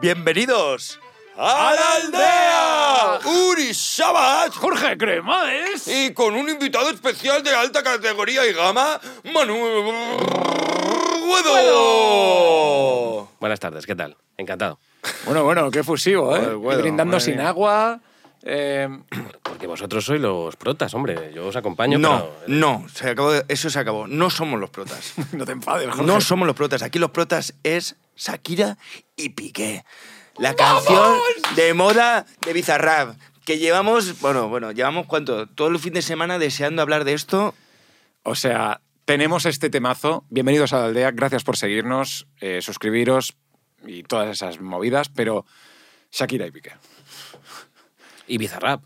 Bienvenidos a la aldea. Uri Sabat Jorge Cremades. y con un invitado especial de alta categoría y gama, Manuel Guedo. Buenas tardes, ¿qué tal? Encantado. Bueno, bueno, qué fusivo, ¿eh? Joder, bueno, Brindando madre sin mía. agua. eh, Porque vosotros sois los protas, hombre. Yo ¿eh? os acompaño, No, pero... no, se acabó de- eso se acabó. No somos los protas. no te enfades, Jorge. No somos los protas. Aquí los protas es Shakira y Piqué. La canción de moda de Bizarrap. Que llevamos, bueno, bueno, llevamos cuánto? Todo el fin de semana deseando hablar de esto. O sea, tenemos este temazo. Bienvenidos a la aldea. Gracias por seguirnos, eh, suscribiros y todas esas movidas. Pero Shakira y Piqué. Y Bizarrap.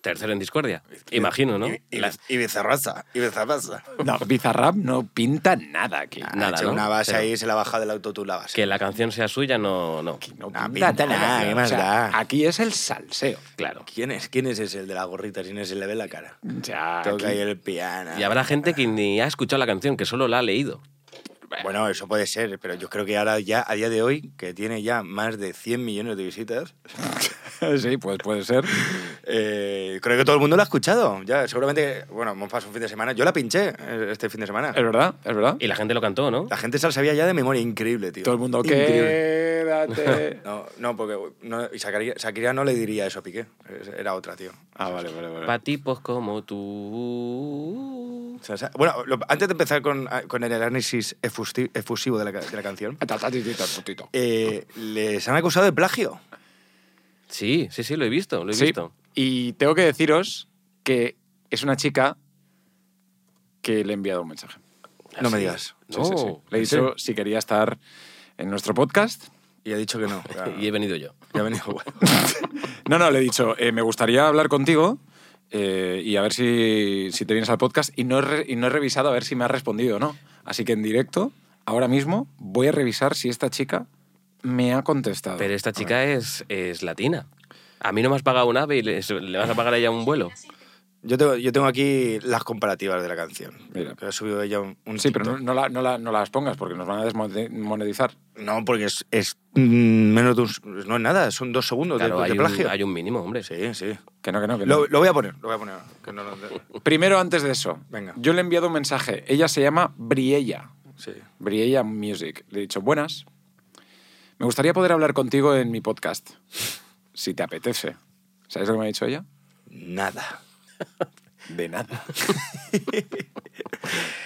Tercero en discordia. Imagino, ¿no? La- y Bizarraza. Y Bizarraza. No, Bizarrap no pinta nada aquí. Ah, Nada, ¿no? una base Pero- ahí, se la baja del auto, tú la base. Que la canción sea suya, no... no. No No pinta nada, ¿qué más da? Aquí es el salseo. Claro. ¿Quién es? ¿Quién es ese, el de la gorrita? Si no se le ve la cara. Ya, Toca ahí aquí- el piano. Ah, Y habrá gente que ni ha escuchado la canción, que solo la ha leído. Bueno, eso puede ser, pero yo creo que ahora ya, a día de hoy, que tiene ya más de 100 millones de visitas, sí, pues puede ser. eh, creo que todo el mundo la ha escuchado. Ya, seguramente, bueno, hemos pasado un fin de semana. Yo la pinché eh, este fin de semana. Es verdad, es verdad. Y la gente lo cantó, ¿no? La gente se la sabía ya de memoria, increíble, tío. Todo el mundo, Increíble. quédate. No, no, porque no, y Shakira, Shakira no le diría eso a Piqué. Era otra, tío. Ah, vale, vale, vale. Pa' tipos como tú... O sea, sa- bueno, lo- antes de empezar con, ah, con el análisis efusti- efusivo de la, ca- de la canción, Ah, eh, les han acusado de plagio. Sí, sí, sí, lo he visto, lo he Sí, visto. Y tengo que deciros que es una chica que le he enviado un mensaje. No me Así. digas. Sí, No. sí, sí. Le he dicho si quería estar en nuestro podcast. Y ha dicho que Ah. no. Claro. Y he venido yo. Ya ha venido, bueno. No, no, le he dicho, eh, me gustaría hablar contigo eh, y a ver si, si te vienes al podcast. Y no, he re- y no he revisado a ver si me ha respondido o no. Así que en directo, ahora mismo, voy a revisar si esta chica me ha contestado. Pero Ah. esta chica es, es latina. A mí no me has pagado un ave y le, le vas a pagar a ella un vuelo. Yo tengo, yo tengo aquí las comparativas de la canción. Mira. Que ha subido ella un, un Sí, pero no, TikTok. no la- no la- no las pongas porque nos van a desmonetizar. no. porque es, es, mm, menos de un- No es nada, son dos segundos de- Claro, de, hay un, plagio. hay un mínimo, hombre. Sí, sí. Que no, que no, que no. Lo, lo voy a poner, lo voy a poner. que no lo- Primero, antes de eso, Venga. yo le he enviado un mensaje. Ella se llama Briella. sí. Briella Music. Le he dicho, buenas. Me gustaría poder hablar contigo en mi podcast, si te apetece. ¿Sabes lo que me ha dicho ella? Nada. De nada.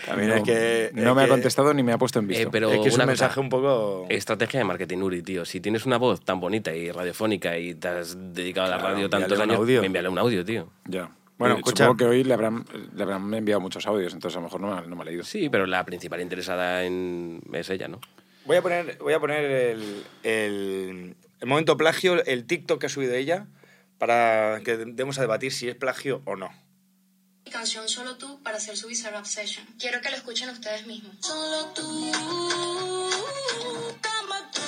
También no, es que. no es me ha que- contestado ni me ha puesto en visto. Eh, pero Es que es un una cosa, mensaje un poco. Estrategia de marketing, Uri, tío. Si tienes una voz tan bonita y radiofónica y te has dedicado a la Claro, radio envíale tantos un años, audio. me envíale un audio, tío. Ya. Bueno, Bueno, escucha. supongo que hoy le habrán, le habrán enviado muchos audios, entonces a lo mejor no me, ha- no me ha leído. Sí, pero la principal interesada en es ella, ¿no? Voy a poner, voy a poner el, el- el momento plagio, el TikTok que ha subido ella, para que demos a debatir si es plagio o no. Mi canción Solo tú para hacer su Bizarre Obsession. Quiero que lo escuchen ustedes mismos. Solo tú, cama tú.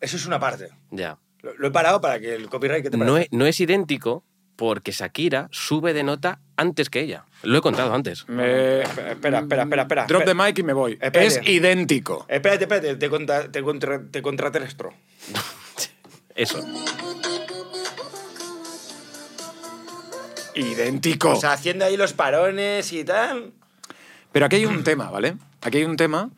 Eso es una parte. Ya. Lo, lo he parado para que el copyright que te No parece? es, no es idéntico porque Shakira sube de nota antes que ella. Lo he contado Mm. antes. Me- Espera, espera, espera, espera. Drop the espera. mic y me voy. Espera. Es idéntico. Espérate, espérate, te, contra, te, contra, te contraterrestro. Eso. Idéntico. O sea, haciendo ahí los parones y tal. Pero aquí hay un tema, ¿vale? Aquí hay un tema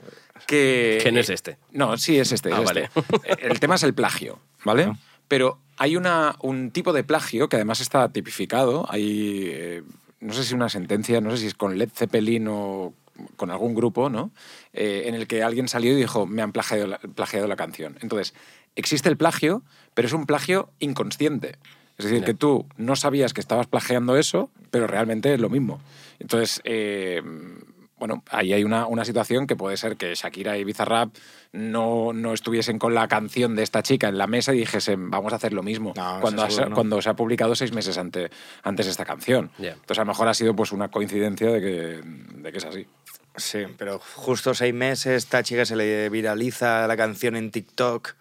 que... eh, Que no es este. No, sí es este. es Ah, este. vale. El tema es el plagio, ¿vale? Pero hay una, un tipo de plagio que además está tipificado. Hay, eh, no sé si una sentencia, no sé si es con Led Zeppelin o con algún grupo, ¿no? Eh, en el que alguien salió y dijo, me han plagiado la, plagiado la canción. Entonces, existe el plagio, pero es un plagio inconsciente. Es decir, Ya. que tú no sabías que estabas plagiando eso, pero realmente es lo mismo. Entonces, eh, bueno, ahí hay una, una situación que puede ser que Shakira y Bizarrap no, no estuviesen con la canción de esta chica en la mesa y dijesen, vamos a hacer lo mismo, No, cuando, eso has- seguro no. cuando se ha publicado seis meses ante- antes esta canción. Ya. Entonces, a lo mejor ha sido pues una coincidencia de que, de que es así. Sí, pero justo seis meses, esta chica se le viraliza la canción en TikTok.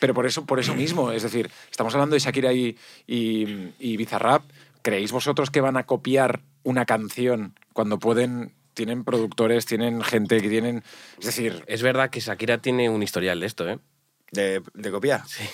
Pero por eso, por eso mismo, es decir, estamos hablando de Shakira y, y, y Bizarrap. ¿Creéis vosotros que van a copiar una canción cuando pueden tienen productores, tienen gente que tienen. Es decir, Es verdad que Shakira tiene un historial de esto, ¿eh? ¿De, de copiar? Sí.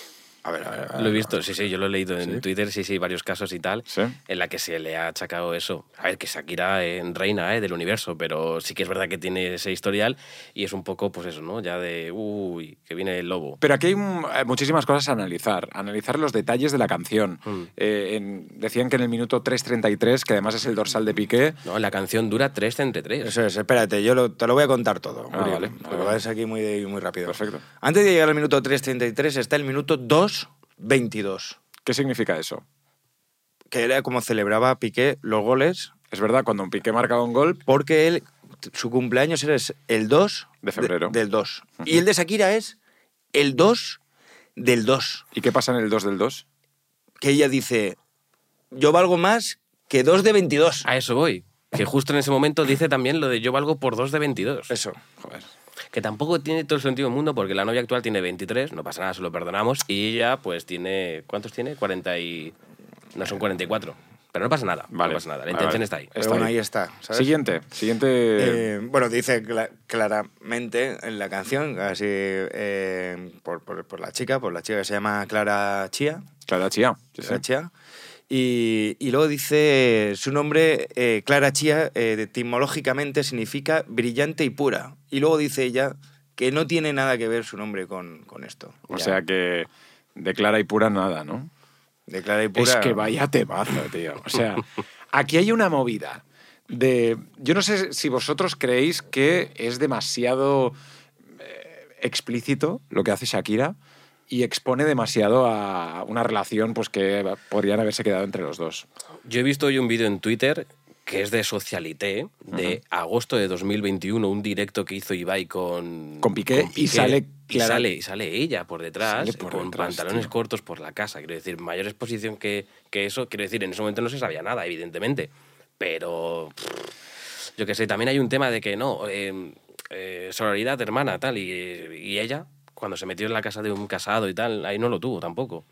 A ver, a ver. a Ah, ver. Lo he visto, sí, sí, yo lo he leído en Twitter, sí, sí, varios casos y tal, Sí. en la que se le ha achacado eso. A ver, que Shakira eh, reina eh, del universo, pero sí que es verdad que tiene ese historial y es un poco, pues eso, ¿no? Ya de, uy, que viene el lobo. Pero aquí hay mm, eh, muchísimas cosas a analizar. Analizar los detalles de la canción. Mm. Eh, en- decían que en el minuto 3.33, que además es el dorsal de Piqué, No, la canción dura 3 entre 3. Eso es, espérate, yo lo- te lo voy a contar todo. Ah, Uri, vale, porque vale. vas aquí muy, de- muy rápido. Perfecto. Antes de llegar al minuto 3.33 está el minuto 2.22, ¿qué significa eso? que era como celebraba Piqué los goles, Es verdad, cuando un Piqué marcaba un gol, porque él, su cumpleaños era el 2 De febrero. del 2. Y el de Shakira es el 2 del 2. ¿y qué pasa en el 2 del 2? Que ella dice, yo valgo más que 2 de 22. A eso voy. Que justo en ese momento dice también lo de yo valgo por 2 de 22. Eso. Joder. Que tampoco tiene todo el sentido del mundo porque la novia actual tiene 23, no pasa nada, se lo perdonamos. Y ella, pues tiene. ¿Cuántos tiene? 40 y. No, son 44. Pero no pasa nada, Vale, no pasa nada. vale, La intención vale. está ahí. Pero bueno, ahí está, ¿sabes? Siguiente, siguiente. Eh, bueno, dice cla- claramente en la canción, así eh, por, por- por la chica, por la chica que se llama Clara Chía. Clara Chía. Sí, Clara sí. Chía. Y, y luego dice su nombre, eh, Clara Chía, eh, etimológicamente significa brillante y pura. Y luego dice ella que no tiene nada que ver su nombre con, con esto. O sea que de clara y pura nada, ¿no? De clara y pura. Es que vaya temazo, tío. O sea, aquí hay una movida de... Yo no sé si vosotros creéis que es demasiado eh, explícito lo que hace Shakira y expone demasiado a una relación pues que podrían haberse quedado entre los dos. Yo he visto hoy un vídeo en Twitter que es de Socialité, de agosto de 2021, un directo que hizo Ibai con, Con Piqué, y sale y Clara- sale, y sale ella por detrás, Sale por con detrás, pantalones tío. cortos por la casa. Quiero decir, mayor exposición que, que eso. Quiero decir, en ese momento no se sabía nada, evidentemente. Pero, pff, yo qué sé, también hay un tema de que no, eh, eh, sororidad, hermana, tal, y, y ella, cuando se metió en la casa de un casado y tal, ahí no lo tuvo tampoco.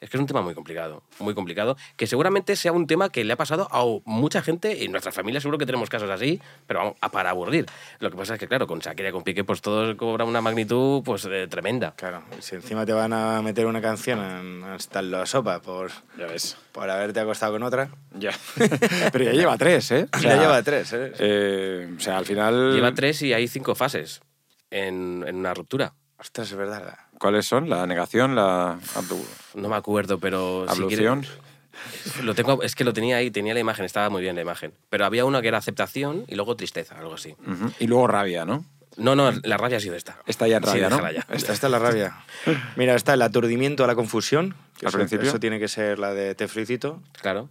Es que es un tema muy complicado, muy complicado, que seguramente sea un tema que le ha pasado a mucha gente, en nuestra familia seguro que tenemos casos así, pero vamos, a para aburrir. Lo que pasa es que, claro, con Shakira y con Piqué, pues todo cobra una magnitud pues eh, tremenda. Claro, si encima te van a meter una canción en- hasta en la sopa por, Ya ves. por haberte acostado con otra. Ya. Pero ya lleva tres, ¿eh? O sea, ya lleva tres, ¿eh? eh, o sea, al final... Lleva tres y hay cinco fases en, en una ruptura. Ostras, es verdad. ¿Cuáles son? La negación, la abdu- No me acuerdo, Pues pero... si quieres- ablución. Lo tengo, es que lo tenía ahí, tenía la imagen, estaba muy bien la imagen. Pero había una que era aceptación y luego tristeza, algo así. Ujú. Y luego rabia, ¿no? No, no, la rabia ha sido esta. Esta ya es Sí, rabia, ¿no? déjala ya. Esta está la rabia. Mira, está el aturdimiento a la confusión. que Al eso, principio. Eso tiene que ser la de te felicito. Claro.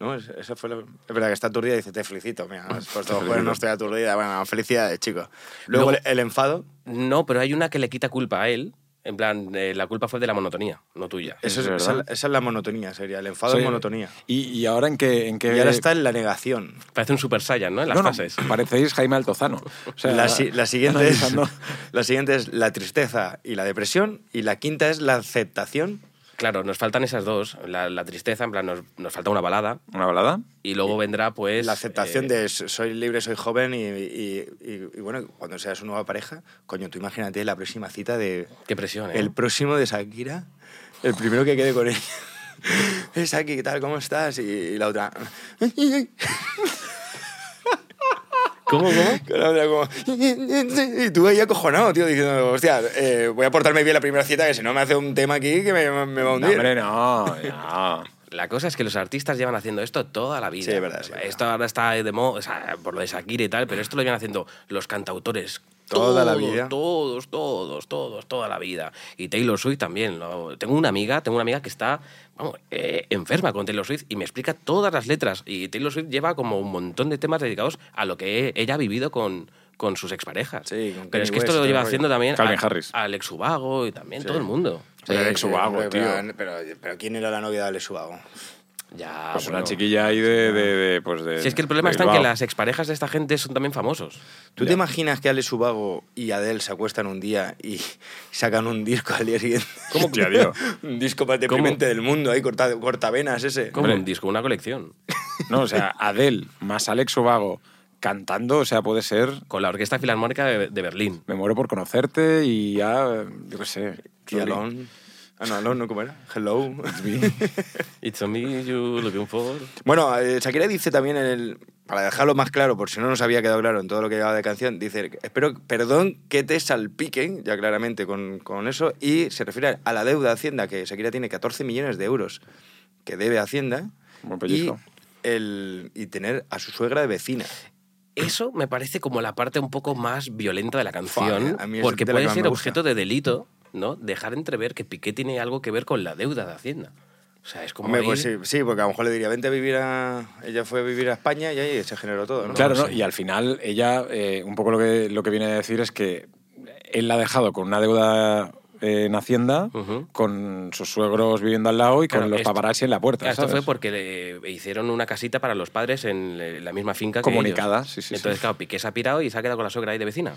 ¿No? Es- Esa fue la... Es verdad que está aturdida y dice te felicito. Mira, has puesto los cuernos, no estoy aturdida. Bueno, felicidades, chicos. Luego, Luego- el, el enfado. No, pero hay una que le quita culpa a él. En plan, eh, la culpa fue de la monotonía, no tuya. Eso Es es- esa, verdad. esa es la monotonía, sería. El enfado Soy- es monotonía. ¿Y, y ahora en qué, en qué...? Y ahora está en la negación. Parece un super saiyan, ¿no? En las no, no, fases. parecéis Jaime Altozano. O sea, la, si- la siguiente es, analizando- la siguiente es la tristeza y la depresión. Y la quinta es la aceptación. Claro, nos faltan esas dos. La, la tristeza, en plan, nos, nos falta una balada. ¿Una balada? Y luego vendrá, pues. la aceptación eh, de s- soy libre, soy joven y, y- y- y, bueno, cuando seas una nueva pareja, coño, tú imagínate la próxima cita de... Qué presión, ¿eh? El próximo de Shakira, el primero que quede con ella. Es aquí, ¿qué tal? ¿Cómo estás? Y, y la otra... ¿Cómo, cómo? Con la otra como... Y tú ahí acojonado, tío, diciendo, hostia, eh, voy a portarme bien la primera cita, que si no me hace un tema aquí que me, me va a No, hundir. hombre, no, Ah, no. La cosa es que los artistas llevan haciendo esto toda la vida. Sí, es verdad, sí, es esto ahora está de moda, o sea, por lo de Shakira y tal, pero esto lo llevan haciendo los cantautores. Toda la todos, vida. Todos, todos, todos, toda la vida. Y Taylor Swift también. lo- Tengo una amiga, tengo una amiga que está, vamos, eh, enferma con Taylor Swift y me explica todas las letras. Y Taylor Swift lleva como un montón de temas dedicados a lo que ella ha vivido con, con sus exparejas. Sí, con pero Kanye es que esto West y lo todo el lleva rollo. haciendo también Calvin a- Harris. a Alex Ubago y también todo el mundo. Pero Alex Ubago, pero- tío. Pero, pero ¿quién era la novia de Alex Ubago? Ya, Pues una bueno. chiquilla ahí de... de, de, pues de Si es que el problema de está en que Bilbao. las exparejas de esta gente son también famosos. ¿Tú te imaginas que Alex Ubago y Adele se acuestan un día y sacan un disco al día siguiente? ¿Cómo? Ya, tío. un disco más deprimente del mundo, ahí corta, cortavenas ese. Como Hombre. un disco, una colección. No, o sea, Adele más Alex Ubago cantando, o sea, puede ser. Con la Orquesta Filarmónica de, de Berlín. Me muero por conocerte y ya, yo qué sé. Y Alone. Ah, no, Alone, ¿no? ¿Cómo era? Hello. It's on me, you looking for. Bueno, eh, Shakira dice también en el. Para dejarlo más claro, por si no nos había quedado claro en todo lo que llevaba de canción, dice, espero, perdón que te salpiquen, ya claramente con, con eso, y se refiere a la deuda de Hacienda, que Shakira tiene 14 millones de euros que debe a Hacienda, y, Buen pellizco. el, y tener a su suegra de vecina. Eso me parece como la parte un poco más violenta de la Joder, canción, a mí es porque de la que puede más ser me gusta. objeto de delito, ¿no? Dejar entrever que Piqué tiene algo que ver con la deuda de Hacienda. O sea, es como Hombre, ahí- pues sí, sí, porque a lo mejor le diría, vente a vivir a... Ella fue a vivir a España y ahí se generó todo, ¿no? Pues Claro, pues No ¿no? sé. y al final ella, eh, un poco lo que, lo que viene a decir es que él la ha dejado con una deuda eh, en Hacienda, Ujú. con sus suegros viviendo al lado y con Claro, los esto- paparazzi en la puerta. Claro, esto ¿sabes? fue porque le hicieron una casita para los padres en le- la misma finca Comunicada, que ellos. sí, sí, sí. Entonces, claro, Piqué se ha pirado y se ha quedado con la suegra ahí de vecina.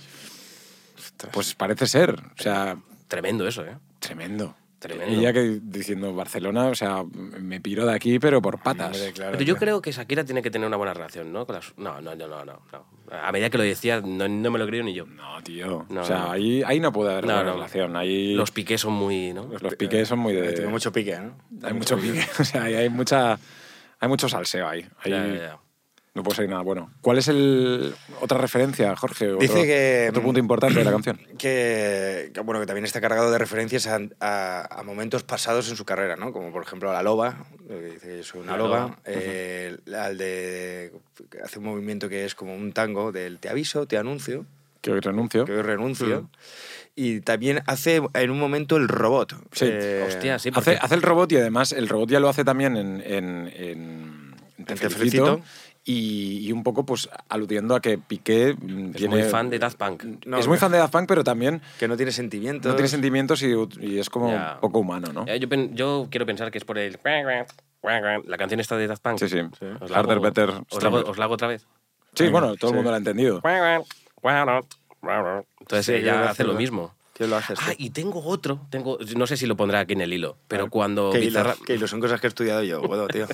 Pues parece ser, o sea, Tremendo eso, ¿eh? tremendo. Tremendo. Ella que diciendo Barcelona, o sea, me piro de aquí, pero por patas. Hombre, claro, Pero yo tío. creo que Shakira tiene que tener una buena relación, ¿no? Con las- No, no, no, no, no, no. A medida que lo decía, no, no me lo creo ni yo. No, tío. No, o sea, no. Ahí, ahí no puede haber No, una no. relación. Ahí Los eh, los, Piqué son muy, ¿no? piques son muy de. Tiene mucho pique, ¿no? Eh, Hay mucho pique. O sea, ahí hay mucha. Hay mucho salseo ahí. Ahí Ya, ya, ya. No puede salir nada bueno. ¿Cuál es el otra referencia, Jorge? Otro- Dice que- otro punto importante de la canción. que, que, bueno que también está cargado de referencias a, a- a momentos pasados en su carrera, ¿no? Como por ejemplo a la loba, eh, que dice que yo soy una La loba, loba, eh, al de que hace un movimiento que es como un tango del te aviso, te anuncio, Que hoy renuncio. que hoy renuncio, y también hace en un momento el robot. Sí. Eh, Hostia, sí, porque hace, hace el robot y además el robot ya lo hace también en, en, en- en Te En Te Felicito. Felicito. Y, y un poco pues aludiendo a que Piqué mm, es tiene- muy fan de Daft Punk. No, es muy que- fan de Daft Punk, pero también que no tiene sentimientos. no tiene sentimientos y, y es como Ya. un poco humano, ¿no? Eh, Yo, pen- yo quiero pensar que es por el... La canción está de Daft Punk. Sí, sí. Os la Harder, hago- better, Os la, hago, stronger. os la hago otra vez. Sí, bueno, todo el mundo lo ha entendido. Entonces Sí, yo lo ella hace lo hago. mismo. ¿Qué lo haces? Ah, tú? y tengo otro. Tengo, no sé si lo pondrá aquí en el hilo, pero cuando Qué hilo, Bizarra- qué hilo, son cosas que he estudiado yo, bueno, tío.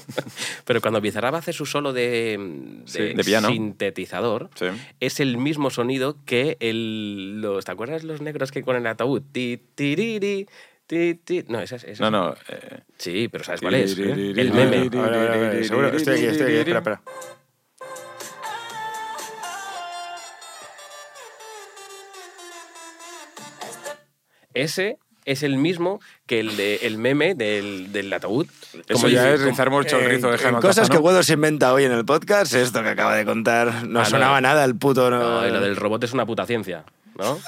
Pero cuando Bizarrap hace su solo de, mm, de Sí, de piano. sintetizador, Sí. es el mismo sonido que el, los... ¿Te acuerdas los negros que con el ataúd? Ti, tiriri, ti, ti- No, esa es... esa No, es- no. eh, Sí, pero ¿sabes cuál es? Tiriri, El A tiriri, meme. ver, a ver, a ver, seguro, Estoy aquí, estoy aquí, espera, espera. Ese es el mismo que el, de- el meme del, del ataúd. Eso Como ya dice- es rizar mucho el En- rizo de en Jano Cosas que Altozano. Guado se inventa hoy en el podcast, esto que acaba de contar. No Ah, no, sonaba eh. nada el puto. No, No, y Ah. lo del robot es una puta ciencia, ¿no?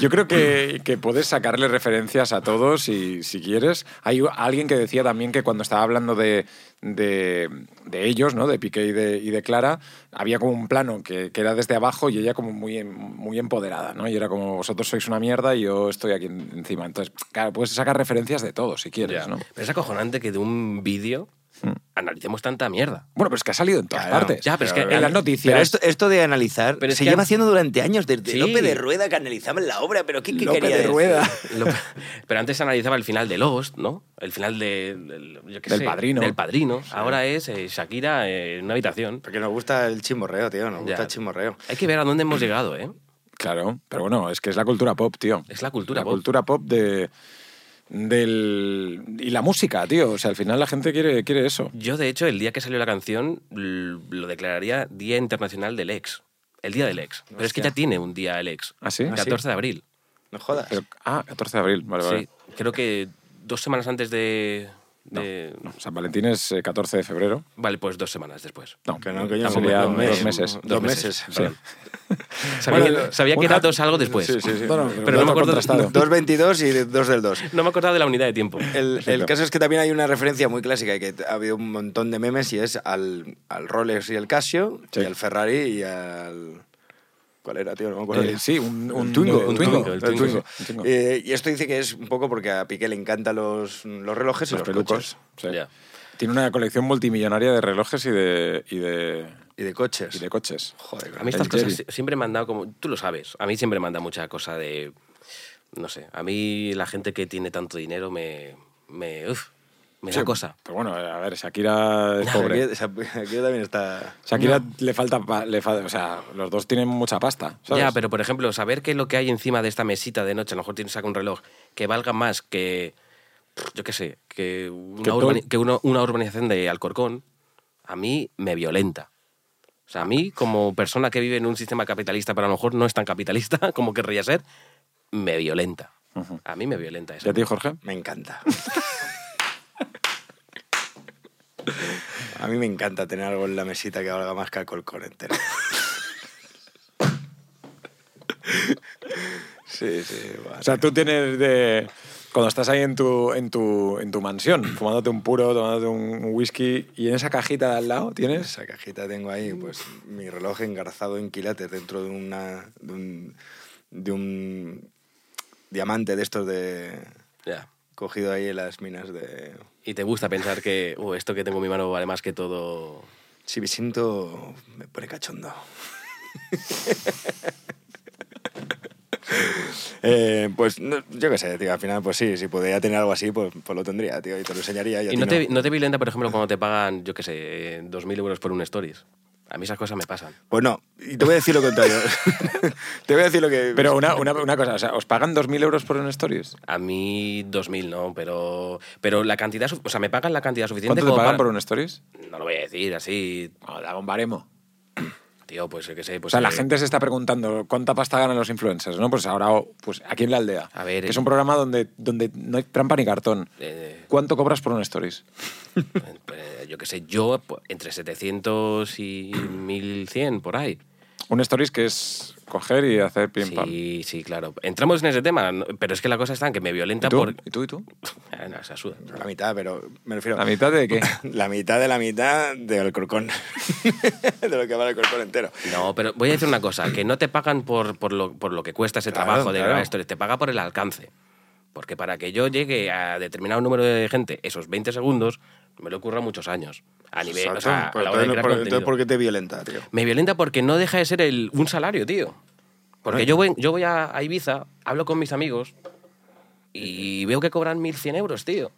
Yo creo que, que puedes sacarle referencias a todos y si quieres. Hay u- alguien que decía también que cuando estaba hablando de, de, de ellos, ¿no? de Piqué y de, y de Clara, había como un plano que, que era desde abajo y ella como muy, em- muy empoderada. ¿no? Y era como, vosotros sois una mierda y yo estoy aquí en- encima. Entonces, claro, puedes sacar referencias de todos si quieres. Ya. ¿no? Mm. Pero es acojonante que de un vídeo analicemos tanta mierda. Bueno, pero es que ha salido en todas Claro. partes. Ya, pero es que- en las noticias. Pero esto, esto de analizar Pero es se que lleva an- haciendo durante años, desde Sí. Lope de Rueda que analizaban la obra, pero ¿qué, qué Lope quería de decir? Rueda. Lo- pero antes se analizaba el final de Lost, ¿no? El final de, del- yo qué Del sé, Padrino. Del padrino. Ahora es eh, Shakira eh, en una habitación. Porque nos gusta el chimorreo, tío, nos gusta Ya. el chimorreo. Hay que ver a dónde hemos llegado, ¿eh? Claro, pero bueno, es que es la cultura pop, tío. Es la cultura la pop. cultura pop de del y la música, tío. O sea, al final la gente quiere, quiere eso. Yo, de hecho, el día que salió la canción l- lo declararía Día Internacional del Ex. El Día del Ex. Pero es que Hostia. ya tiene un día el ex. ¿Ah, sí? El ¿Ah, sí? 14 de abril. No jodas. Pero- ah, 14 de abril, vale, vale. Sí, creo que dos semanas antes de... de- No, San Valentín es eh, 14 de febrero. Vale, pues dos semanas después. No, Que no, coño, sería un dos mes, meses. Dos meses. Sí. perdón. Sabía, Bueno, que- lo- sabía que una- era dos algo después. Sí, sí, sí. No, no, Pero pero no me lo acuerdo- contrastado. Eh, 2.22 y 2 del 2. No me acordaba de la unidad de tiempo. El, el Perfecto. caso es que también hay una referencia muy clásica que ha habido un montón de memes y es al, al Rolex y el Casio, Sí. y al Ferrari y al... ¿Cuál era, tío? No me acuerdo. Eh, sí, un, un Twingo, eh, un Twingo, Twingo, el el Twingo. Un Twingo. Eh, y esto dice que es un poco porque a Piqué le encantan los, los relojes y los los, pelucos. coches. sí. Ya. Tiene una colección multimillonaria de relojes y de y de, Y de coches. y de coches. Joder, A el mí estas cosas Jerry. si- siempre me han dado como... Tú lo sabes, a mí siempre me han dado mucha cosa de... No sé, a mí la gente que tiene tanto dinero me... me uf, Me da Sí, cosa. Pero bueno, a ver, Shakira es pobre. Shakira, Shakira- Shakira también está... Shakira le falta, pa- le fa- o sea, los dos tienen mucha pasta, ¿sabes? Ya, pero por ejemplo, saber que lo que hay encima de esta mesita de noche, a lo mejor tienes saca un reloj que valga más que, pff, yo qué sé, que una, Que todo- urbani- que uno- una urbanización de Alcorcón, a mí me violenta. O sea, a mí, como persona que vive en un sistema capitalista, pero a lo mejor no es tan capitalista como querría ser, me violenta. A mí me violenta eso. ¿Y a ti, Jorge? Me encanta. A mí me encanta tener algo en la mesita que valga más que Alcorcón entero. Sí, sí. vale. O sea, tú tienes de... Cuando estás ahí en tu, en tu, en tu mansión, fumándote un puro, tomándote un un whisky, y en esa cajita de al lado tienes... esa cajita tengo ahí, pues mi reloj engarzado en quilates dentro de una de un, de un diamante de estos de Ya. cogido ahí en las minas de Y te gusta pensar que "Uh, esto que tengo en mi mano vale más que todo. Si me siento, me pone cachondo. Eh, pues no, yo qué sé, tío. Al final, pues sí, si pudiera tener algo así, pues, pues lo tendría, tío. Y te lo enseñaría. Y, a Y ti no te, no. no te violenta, por ejemplo, cuando te pagan, yo qué sé, eh, 2.000 euros por un Stories. A mí esas cosas me pasan. Pues no. Y te voy a decir lo contrario. te voy a decir lo que. Pero una, una, una cosa, o sea, ¿os pagan 2.000 euros por un Stories? A mí 2.000, ¿no? Pero, pero la cantidad... su- O sea, me pagan la cantidad suficiente ¿Cuánto te pagan para- por un Stories? No lo voy a decir así, No, da un baremo. tío, pues yo qué sé. O Pues, sea, la eh, gente se está preguntando cuánta pasta ganan los influencers, ¿no? Pues ahora, oh, pues aquí en la aldea. A ver, que es eh. un programa donde, donde no hay trampa ni cartón. eh, ¿Cuánto cobras por un Stories? pues, yo qué sé, yo pues, entre 700 y 1.100, por ahí. Un Stories que es coger y hacer pim pam. ¿Y Sí, sí, claro. Entramos en ese tema, no- pero es que la cosa está en que me violenta tú? por... ¿Y tú? ¿Y tú? Ah, no, se asuda. La mitad, pero me refiero. ¿La mitad de qué? La mitad de la mitad de Alcorcón. de lo que vale Alcorcón entero. No, pero voy a decir una cosa, que no te pagan por, por, lo, por lo que cuesta ese Claro, trabajo de claro. grabar stories, te paga por el alcance. Porque para que yo llegue a determinado número de gente, esos 20 segundos, me lo ocurra muchos años. A nivel, o Exacto. sea, a Pero la hora de entonces, crear por- contenido. entonces, ¿por qué te violenta, tío? Me violenta porque no deja de ser el, un salario, tío. Porque yo voy, yo voy a, a Ibiza, hablo con mis amigos y veo que cobran 1.100 euros, tío.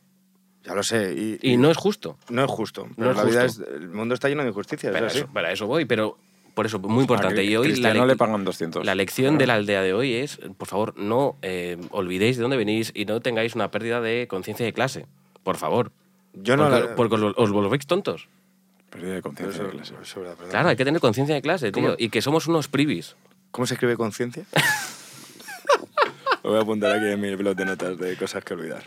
Ya lo sé. Y, Y no es justo. no es justo. Pero es la vida justo. es- el mundo está lleno de injusticias. Para es así. Pues eso, para eso voy, pero por eso, muy importante. Cri- Y hoy la, Cristiano lec- le pagan 200. la lección de la aldea de hoy es, por favor, no eh, olvidéis de dónde venís y no tengáis una pérdida de conciencia de clase. Por favor. Yo no porque, la- porque os, os volvéis tontos. Pérdida de conciencia. Eso- de clase. eso es verdad, perdón. Claro, hay que tener conciencia de clase, tío. Y que somos unos privis. ¿Cómo se escribe conciencia? Lo voy a apuntar aquí en mi blog de notas de cosas que olvidar.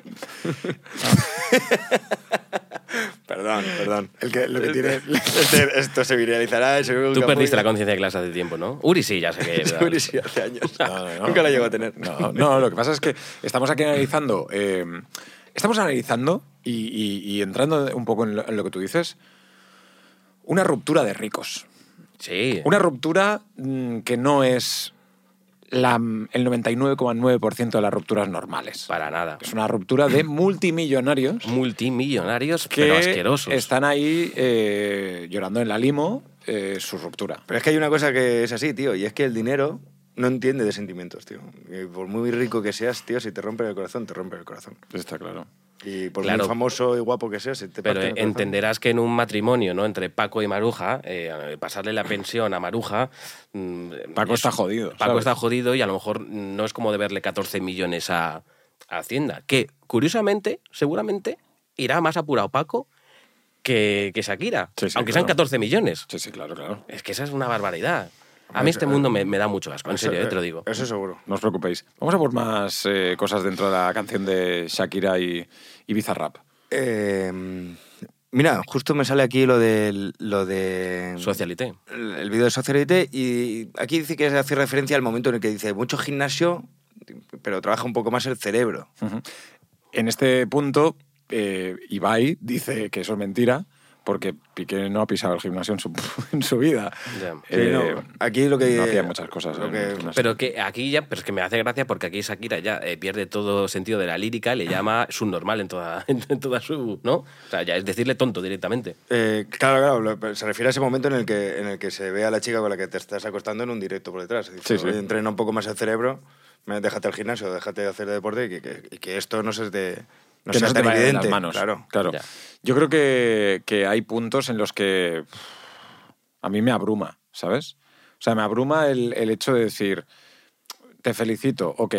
perdón, perdón. El que, lo que tiene, este- esto se viralizará. se Tú perdiste la conciencia de clase hace tiempo, ¿no? Uri sí, ya sé que... Seguro sí, hace años. No, no, no. Nunca la llego a tener. No, no, lo que pasa es que estamos aquí analizando. eh, estamos analizando y, y- y entrando un poco en lo, en lo que tú dices. Una ruptura de ricos. Sí. Una ruptura mm, que no es la- el 99,9% de las rupturas normales. Para nada. Es una ruptura de multimillonarios Multimillonarios, que pero asquerosos. están ahí eh, llorando en la limo eh, su ruptura. Pero es que hay una cosa que es así, tío, y es que el dinero no entiende de sentimientos, tío. Y por muy rico que seas, tío, si te rompe el corazón, te rompe el corazón. Está claro. Y por Claro. muy famoso y guapo que seas, si te Pero parte el corazón- entenderás que en un matrimonio, ¿no? Entre Paco y Maruja, eh, pasarle la pensión a Maruja. mm, Paco está jodido, Paco ¿sabes? está jodido y a lo mejor no es como deberle 14 millones a, a Hacienda. Que, curiosamente, seguramente irá más apurado Paco que, que Shakira. Sí, sí, aunque sean claro. 14 millones. Sí, sí, claro, claro. Es que esa es una barbaridad. A mí este eh, mundo me, me da mucho asco, en Eso- serio, eh, te lo digo. Eso seguro. No os preocupéis. Vamos a por más eh, cosas dentro de la canción de Shakira y, y Bizarrap. Eh, mira, justo me sale aquí lo de... Lo de Socialité. el el vídeo de Socialite y aquí dice que hace referencia al momento en el que dice mucho gimnasio, pero trabaja un poco más el cerebro. En este punto, eh, Ibai dice que eso es mentira porque Piqué no ha pisado el gimnasio en su, en su vida. Ya. Sí, Sí, no, Eh, aquí lo que... no hacía muchas cosas. Lo en que- el gimnasio. Pero que aquí ya, pero es que me hace gracia porque aquí Shakira ya eh, pierde todo sentido de la lírica, le llama subnormal en toda, en toda su. ¿No? O sea, ya es decirle tonto directamente. Eh, claro, claro, lo- pero se refiere a ese momento en el, que, en el que se ve a la chica con la que te estás acostando en un directo por detrás. Dice, Sí, sí. "Oye, entrena un poco más el cerebro, me- déjate el gimnasio, déjate de hacer deporte y que, que- y que esto no se te, No Que sé, no se es te tan vaya de las evidente, manos. claro. Ya. Yo creo que, que hay puntos en los que pff, a mí me abruma, ¿sabes? O sea, me abruma el, el hecho de decir, te felicito, ok.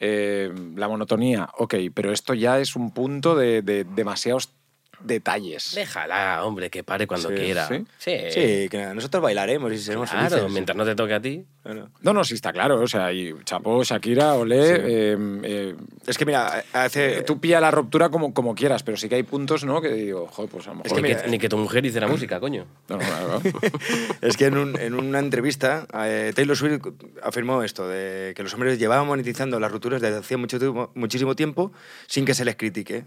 eh, la monotonía, ok, pero esto ya es un punto de, de demasiados detalles. Déjala, hombre, que pare cuando Sí, quiera. ¿sí? Sí, que nada, nosotros bailaremos y seremos Claro, felices. mientras no te toque a ti. Bueno. No, no, sí está claro. O sea, y chapó, Shakira, Olé. eh, eh, Es que mira, hace... eh, tú pilla la ruptura como, como quieras, pero sí que hay puntos, ¿no? Que digo, joder, pues a lo mejor. Es que ni, mira- que, ni que tu mujer hiciera música, coño. No, no, claro. Es que en, un- en una entrevista, eh, Taylor Swift afirmó esto, de que los hombres llevaban monetizando las rupturas desde hacía mucho tiempo- muchísimo tiempo sin que se les critique.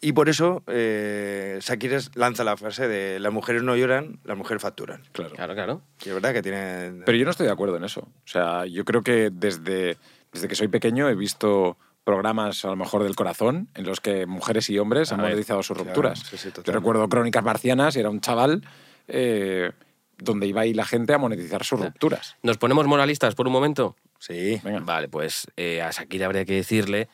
Y por eso eh, Shakira lanza la frase de las mujeres no lloran, las mujeres facturan. Claro. Claro, claro. Y es verdad que tiene... Pero yo no estoy de acuerdo en eso. O sea, yo creo que desde, desde que soy pequeño he visto programas, a lo mejor del corazón, en los que mujeres y hombres han A ver, monetizado sus Ah, eh, claro, rupturas. sí, sí, yo totalmente. recuerdo Crónicas Marcianas, era un chaval eh, donde iba ahí la gente a monetizar sus rupturas. ¿Nos ponemos moralistas por un momento? Sí. Venga. Vale, pues eh, a Shakira habría que decirle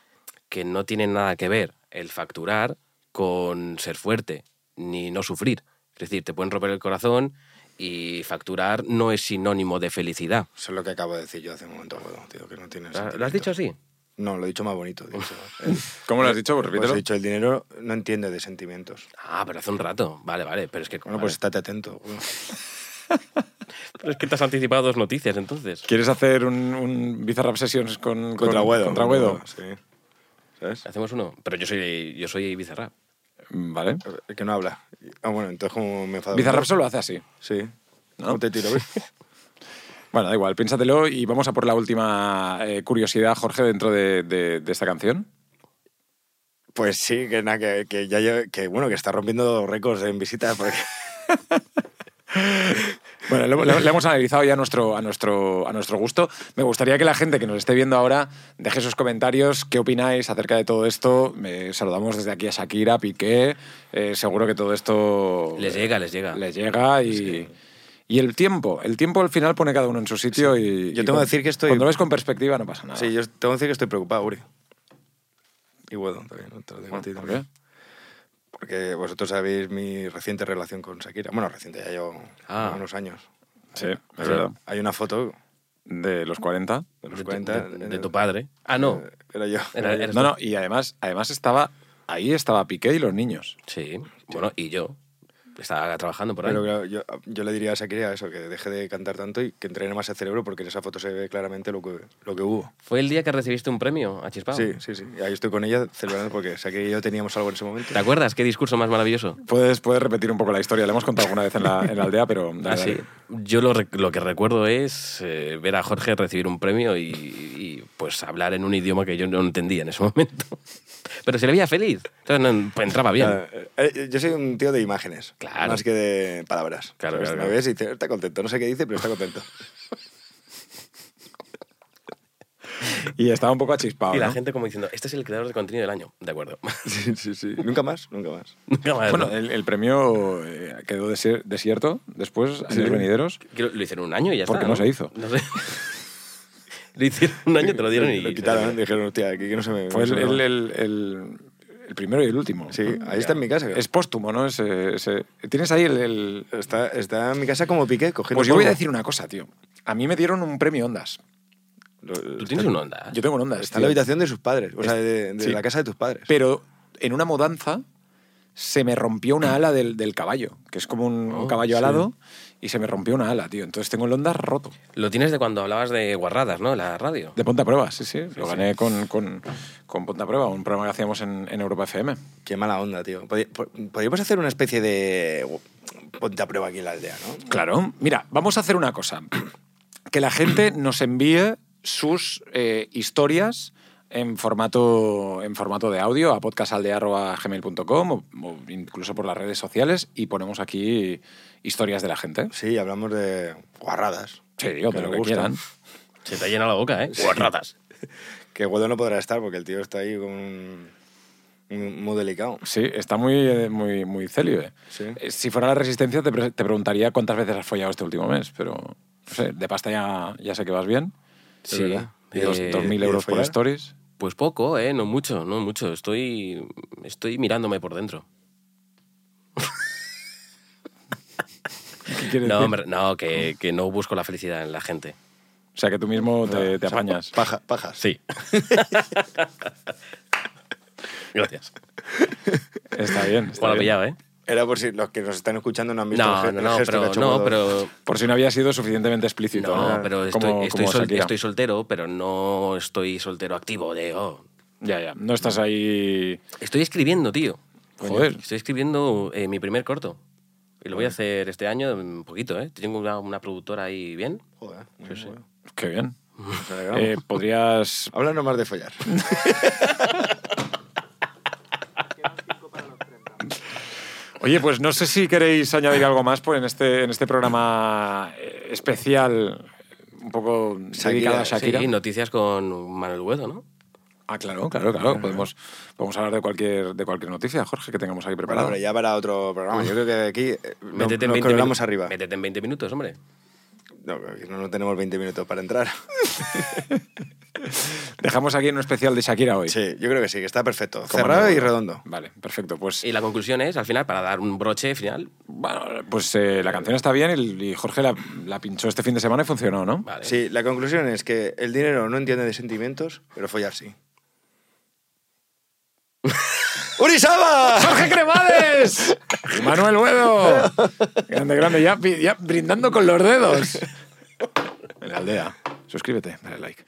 que no tiene nada que ver el facturar con ser fuerte, ni no sufrir. Es decir, te pueden romper el corazón y facturar no es sinónimo de felicidad. Eso es lo que acabo de decir yo hace un momento, Godo, tío, que no tiene ¿Lo has dicho así? No, lo he dicho más bonito. He dicho, ¿Cómo lo has dicho? Pues Pues repítelo. he dicho, el dinero no entiende de sentimientos. Ah, pero hace un rato. Vale, vale. Pero es que, Bueno, vale. pues estate atento. Godo. Pero es que te has anticipado dos noticias entonces. ¿Quieres hacer un, un Bizarrap Sessions con, Contra con- Guedo. contra Guedo? Sí. ¿Sabes? Hacemos uno. Pero yo soy, yo soy Bizarrap. Vale. El que no habla. Ah, bueno, entonces como me enfado. Bizarrap solo hace así. Sí. ¿No? ¿No? te tiro, ¿ves? Bueno, da igual, piénsatelo y vamos a por la última eh, curiosidad, Jorge, dentro de- de- de esta canción. Pues sí, que nada, que, que ya lle- que bueno, que está rompiendo récords en visitas porque Bueno, lo, lo- lo hemos analizado ya a nuestro, a, nuestro, a nuestro gusto. Me gustaría que la gente que nos esté viendo ahora deje sus comentarios, qué opináis acerca de todo esto. Eh, saludamos desde aquí a Shakira, Piqué. Eh, seguro que todo esto Les llega, les llega. les llega y, y el tiempo. El tiempo al final pone cada uno en su sitio y... Yo tengo y que cuan- decir que estoy- Cuando lo ves con perspectiva no pasa nada. sí, yo tengo que decir que estoy preocupado, Uri. Y bueno, también, ¿no? te lo digo Bueno, a ti ¿por también. qué? Porque vosotros sabéis mi reciente relación con Shakira. Bueno, reciente, ya llevo Ah. unos años. Sí, es verdad. Hay una foto De los 40. de los De tu- 40. de, eh, de tu padre. Ah, no. eh, Era yo. Era- era- No, no, y además, además estaba... Ahí estaba Piqué y los niños. Sí. Bueno, y yo. Estaba trabajando por ahí. Pero claro, yo, yo le diría a Shakira eso, que deje de cantar tanto y que entrene más el cerebro porque en esa foto se ve claramente lo que, lo que hubo. Fue el día que recibiste un premio a Chispao. Sí, sí, sí. Y Ahí estoy con ella celebrando porque Shakira y yo teníamos algo en ese momento. ¿Te acuerdas? ¿Qué discurso más maravilloso? Puedes, puedes repetir un poco la historia. La hemos contado alguna vez en la, en la aldea, pero... dale, Ah, sí. dale. Yo lo, rec- lo que recuerdo es eh, ver a Jorge recibir un premio y, y, pues hablar en un idioma que yo no entendía en ese momento. Pero se le veía feliz. Entonces no- pues, entraba bien. Eh, eh, Yo soy un tío de imágenes, Claro. más que de palabras. Claro, ¿Sabes? claro, Me claro. ves y dices, está contento. No sé qué dice, pero está contento. Y estaba un poco achispado. Y la ¿no? gente como diciendo, este es el creador de contenido del año. De acuerdo. sí, sí, sí. Nunca más, nunca más. Nunca más, Bueno, eh, ¿no? el, el premio eh, quedó desier- desierto después, años venideros. Que Lo lo hicieron un año y ya Porque está. no se hizo. No sé. lo hicieron un año, te lo dieron y. Lo quitaron, dijeron, hostia, aquí que no se me... Fue no se el, me el- va". el- el- el primero y el último. Sí, ahí está en mi casa. Es póstumo, ¿no? Ese- ese- Tienes ahí el... el- Está, está en mi casa como piqué, cogiendo Pues yo voy a polvo. decir una cosa, tío. A mí me dieron un premio Ondas. Lo- Tú tienes una onda. ¿eh? Yo tengo un Ondas, Está en la tío. habitación de sus padres, o sea, de, de Sí. la casa de tus padres. Pero en una mudanza se me rompió una ala del, del caballo, que es como un, un Oh, caballo alado, y se me rompió una ala, tío. Entonces tengo el Ondas roto. Lo tienes de cuando hablabas de guarradas, ¿no? La radio. De Ponta Prueba, sí, sí. Lo gané Con, con, con Ponta Prueba, un programa que hacíamos en, en Europa FM. Qué mala onda, tío. Podri- po- Podríamos hacer una especie de... Ponte a prueba aquí en la aldea, ¿no? Claro. Mira, vamos a hacer una cosa. Que la gente nos envíe sus eh, historias en formato, en formato de audio a podcastalde.gmail.com o, o incluso por las redes sociales y ponemos aquí historias de la gente. Sí, hablamos de guarradas. Sí, digo, de Que lo nos que gustan. quieran. Se te ha llenado la boca, ¿eh? Guarradas. Que Guado no podrá estar porque el tío está ahí con un... un- muy delicado. Sí, está muy, eh, muy, muy célibe. Sí. Eh, Si fuera la resistencia, te, pre- te preguntaría cuántas veces has follado este último mes, pero no sé, de pasta ya, ya sé que vas bien. Sí. verdad. Y dos- Eh, 2.000 ¿y de euros por follar? stories. Pues poco, ¿eh? No mucho, no mucho. Estoy, estoy mirándome por dentro. ¿Qué quieres No, decir? hombre, no que, que no busco la felicidad en la gente. O sea, que tú mismo te, te apañas. Paja, pajas. Sí. Gracias. Está bien. está Bueno, bien. pillado, ¿eh? Era por si los que nos están escuchando no han visto el, No, ge- no, el no, gesto que ha pero, hecho no, Godot. pero Por si no había sido suficientemente explícito. No, ¿no? pero estoy, Como- estoy como sol- Shakira. estoy soltero, pero no estoy soltero activo de... oh. Ya, ya. No estás ahí. Estoy escribiendo, tío. Joder. Estoy escribiendo eh, mi primer corto. Y lo voy a hacer este año un poquito, ¿eh? Tengo una, una productora ahí bien. Joder, muy Sí, sí. bueno. Qué bien. Nos alegramos. Eh, Podrías. Háblanos más de follar. Oye, pues no sé si queréis añadir algo más pues, en, este, en este programa eh, especial, un poco dedicado a Shakira. Sí, noticias con Manuel Huedo, ¿no? Ah, claro, claro, claro. Podemos, podemos hablar de cualquier, de cualquier noticia, Jorge, que tengamos aquí Bueno, preparada. pero ya para otro programa. Yo creo que aquí eh, no- Métete en nos 20 colgamos minu- arriba. Métete en 20 minutos, hombre. No, pero no, no tenemos 20 minutos para entrar. Dejamos aquí un especial de Shakira hoy. Sí, yo creo que sí, que está perfecto. Como Cerrado no. y redondo. Vale, perfecto. Pues, Y la conclusión es, al final, para dar un broche final, bueno, pues eh, la canción está bien y, y Jorge la, la pinchó este fin de semana y funcionó, ¿no? vale. Sí, la conclusión es que el dinero no entiende de sentimientos, pero follar sí. ¡Urizaba! ¡Jorge Cremades! Y Manuel Huedo! Grande, grande, ya, pi- ya brindando con los dedos. En la aldea. Suscríbete, dale like.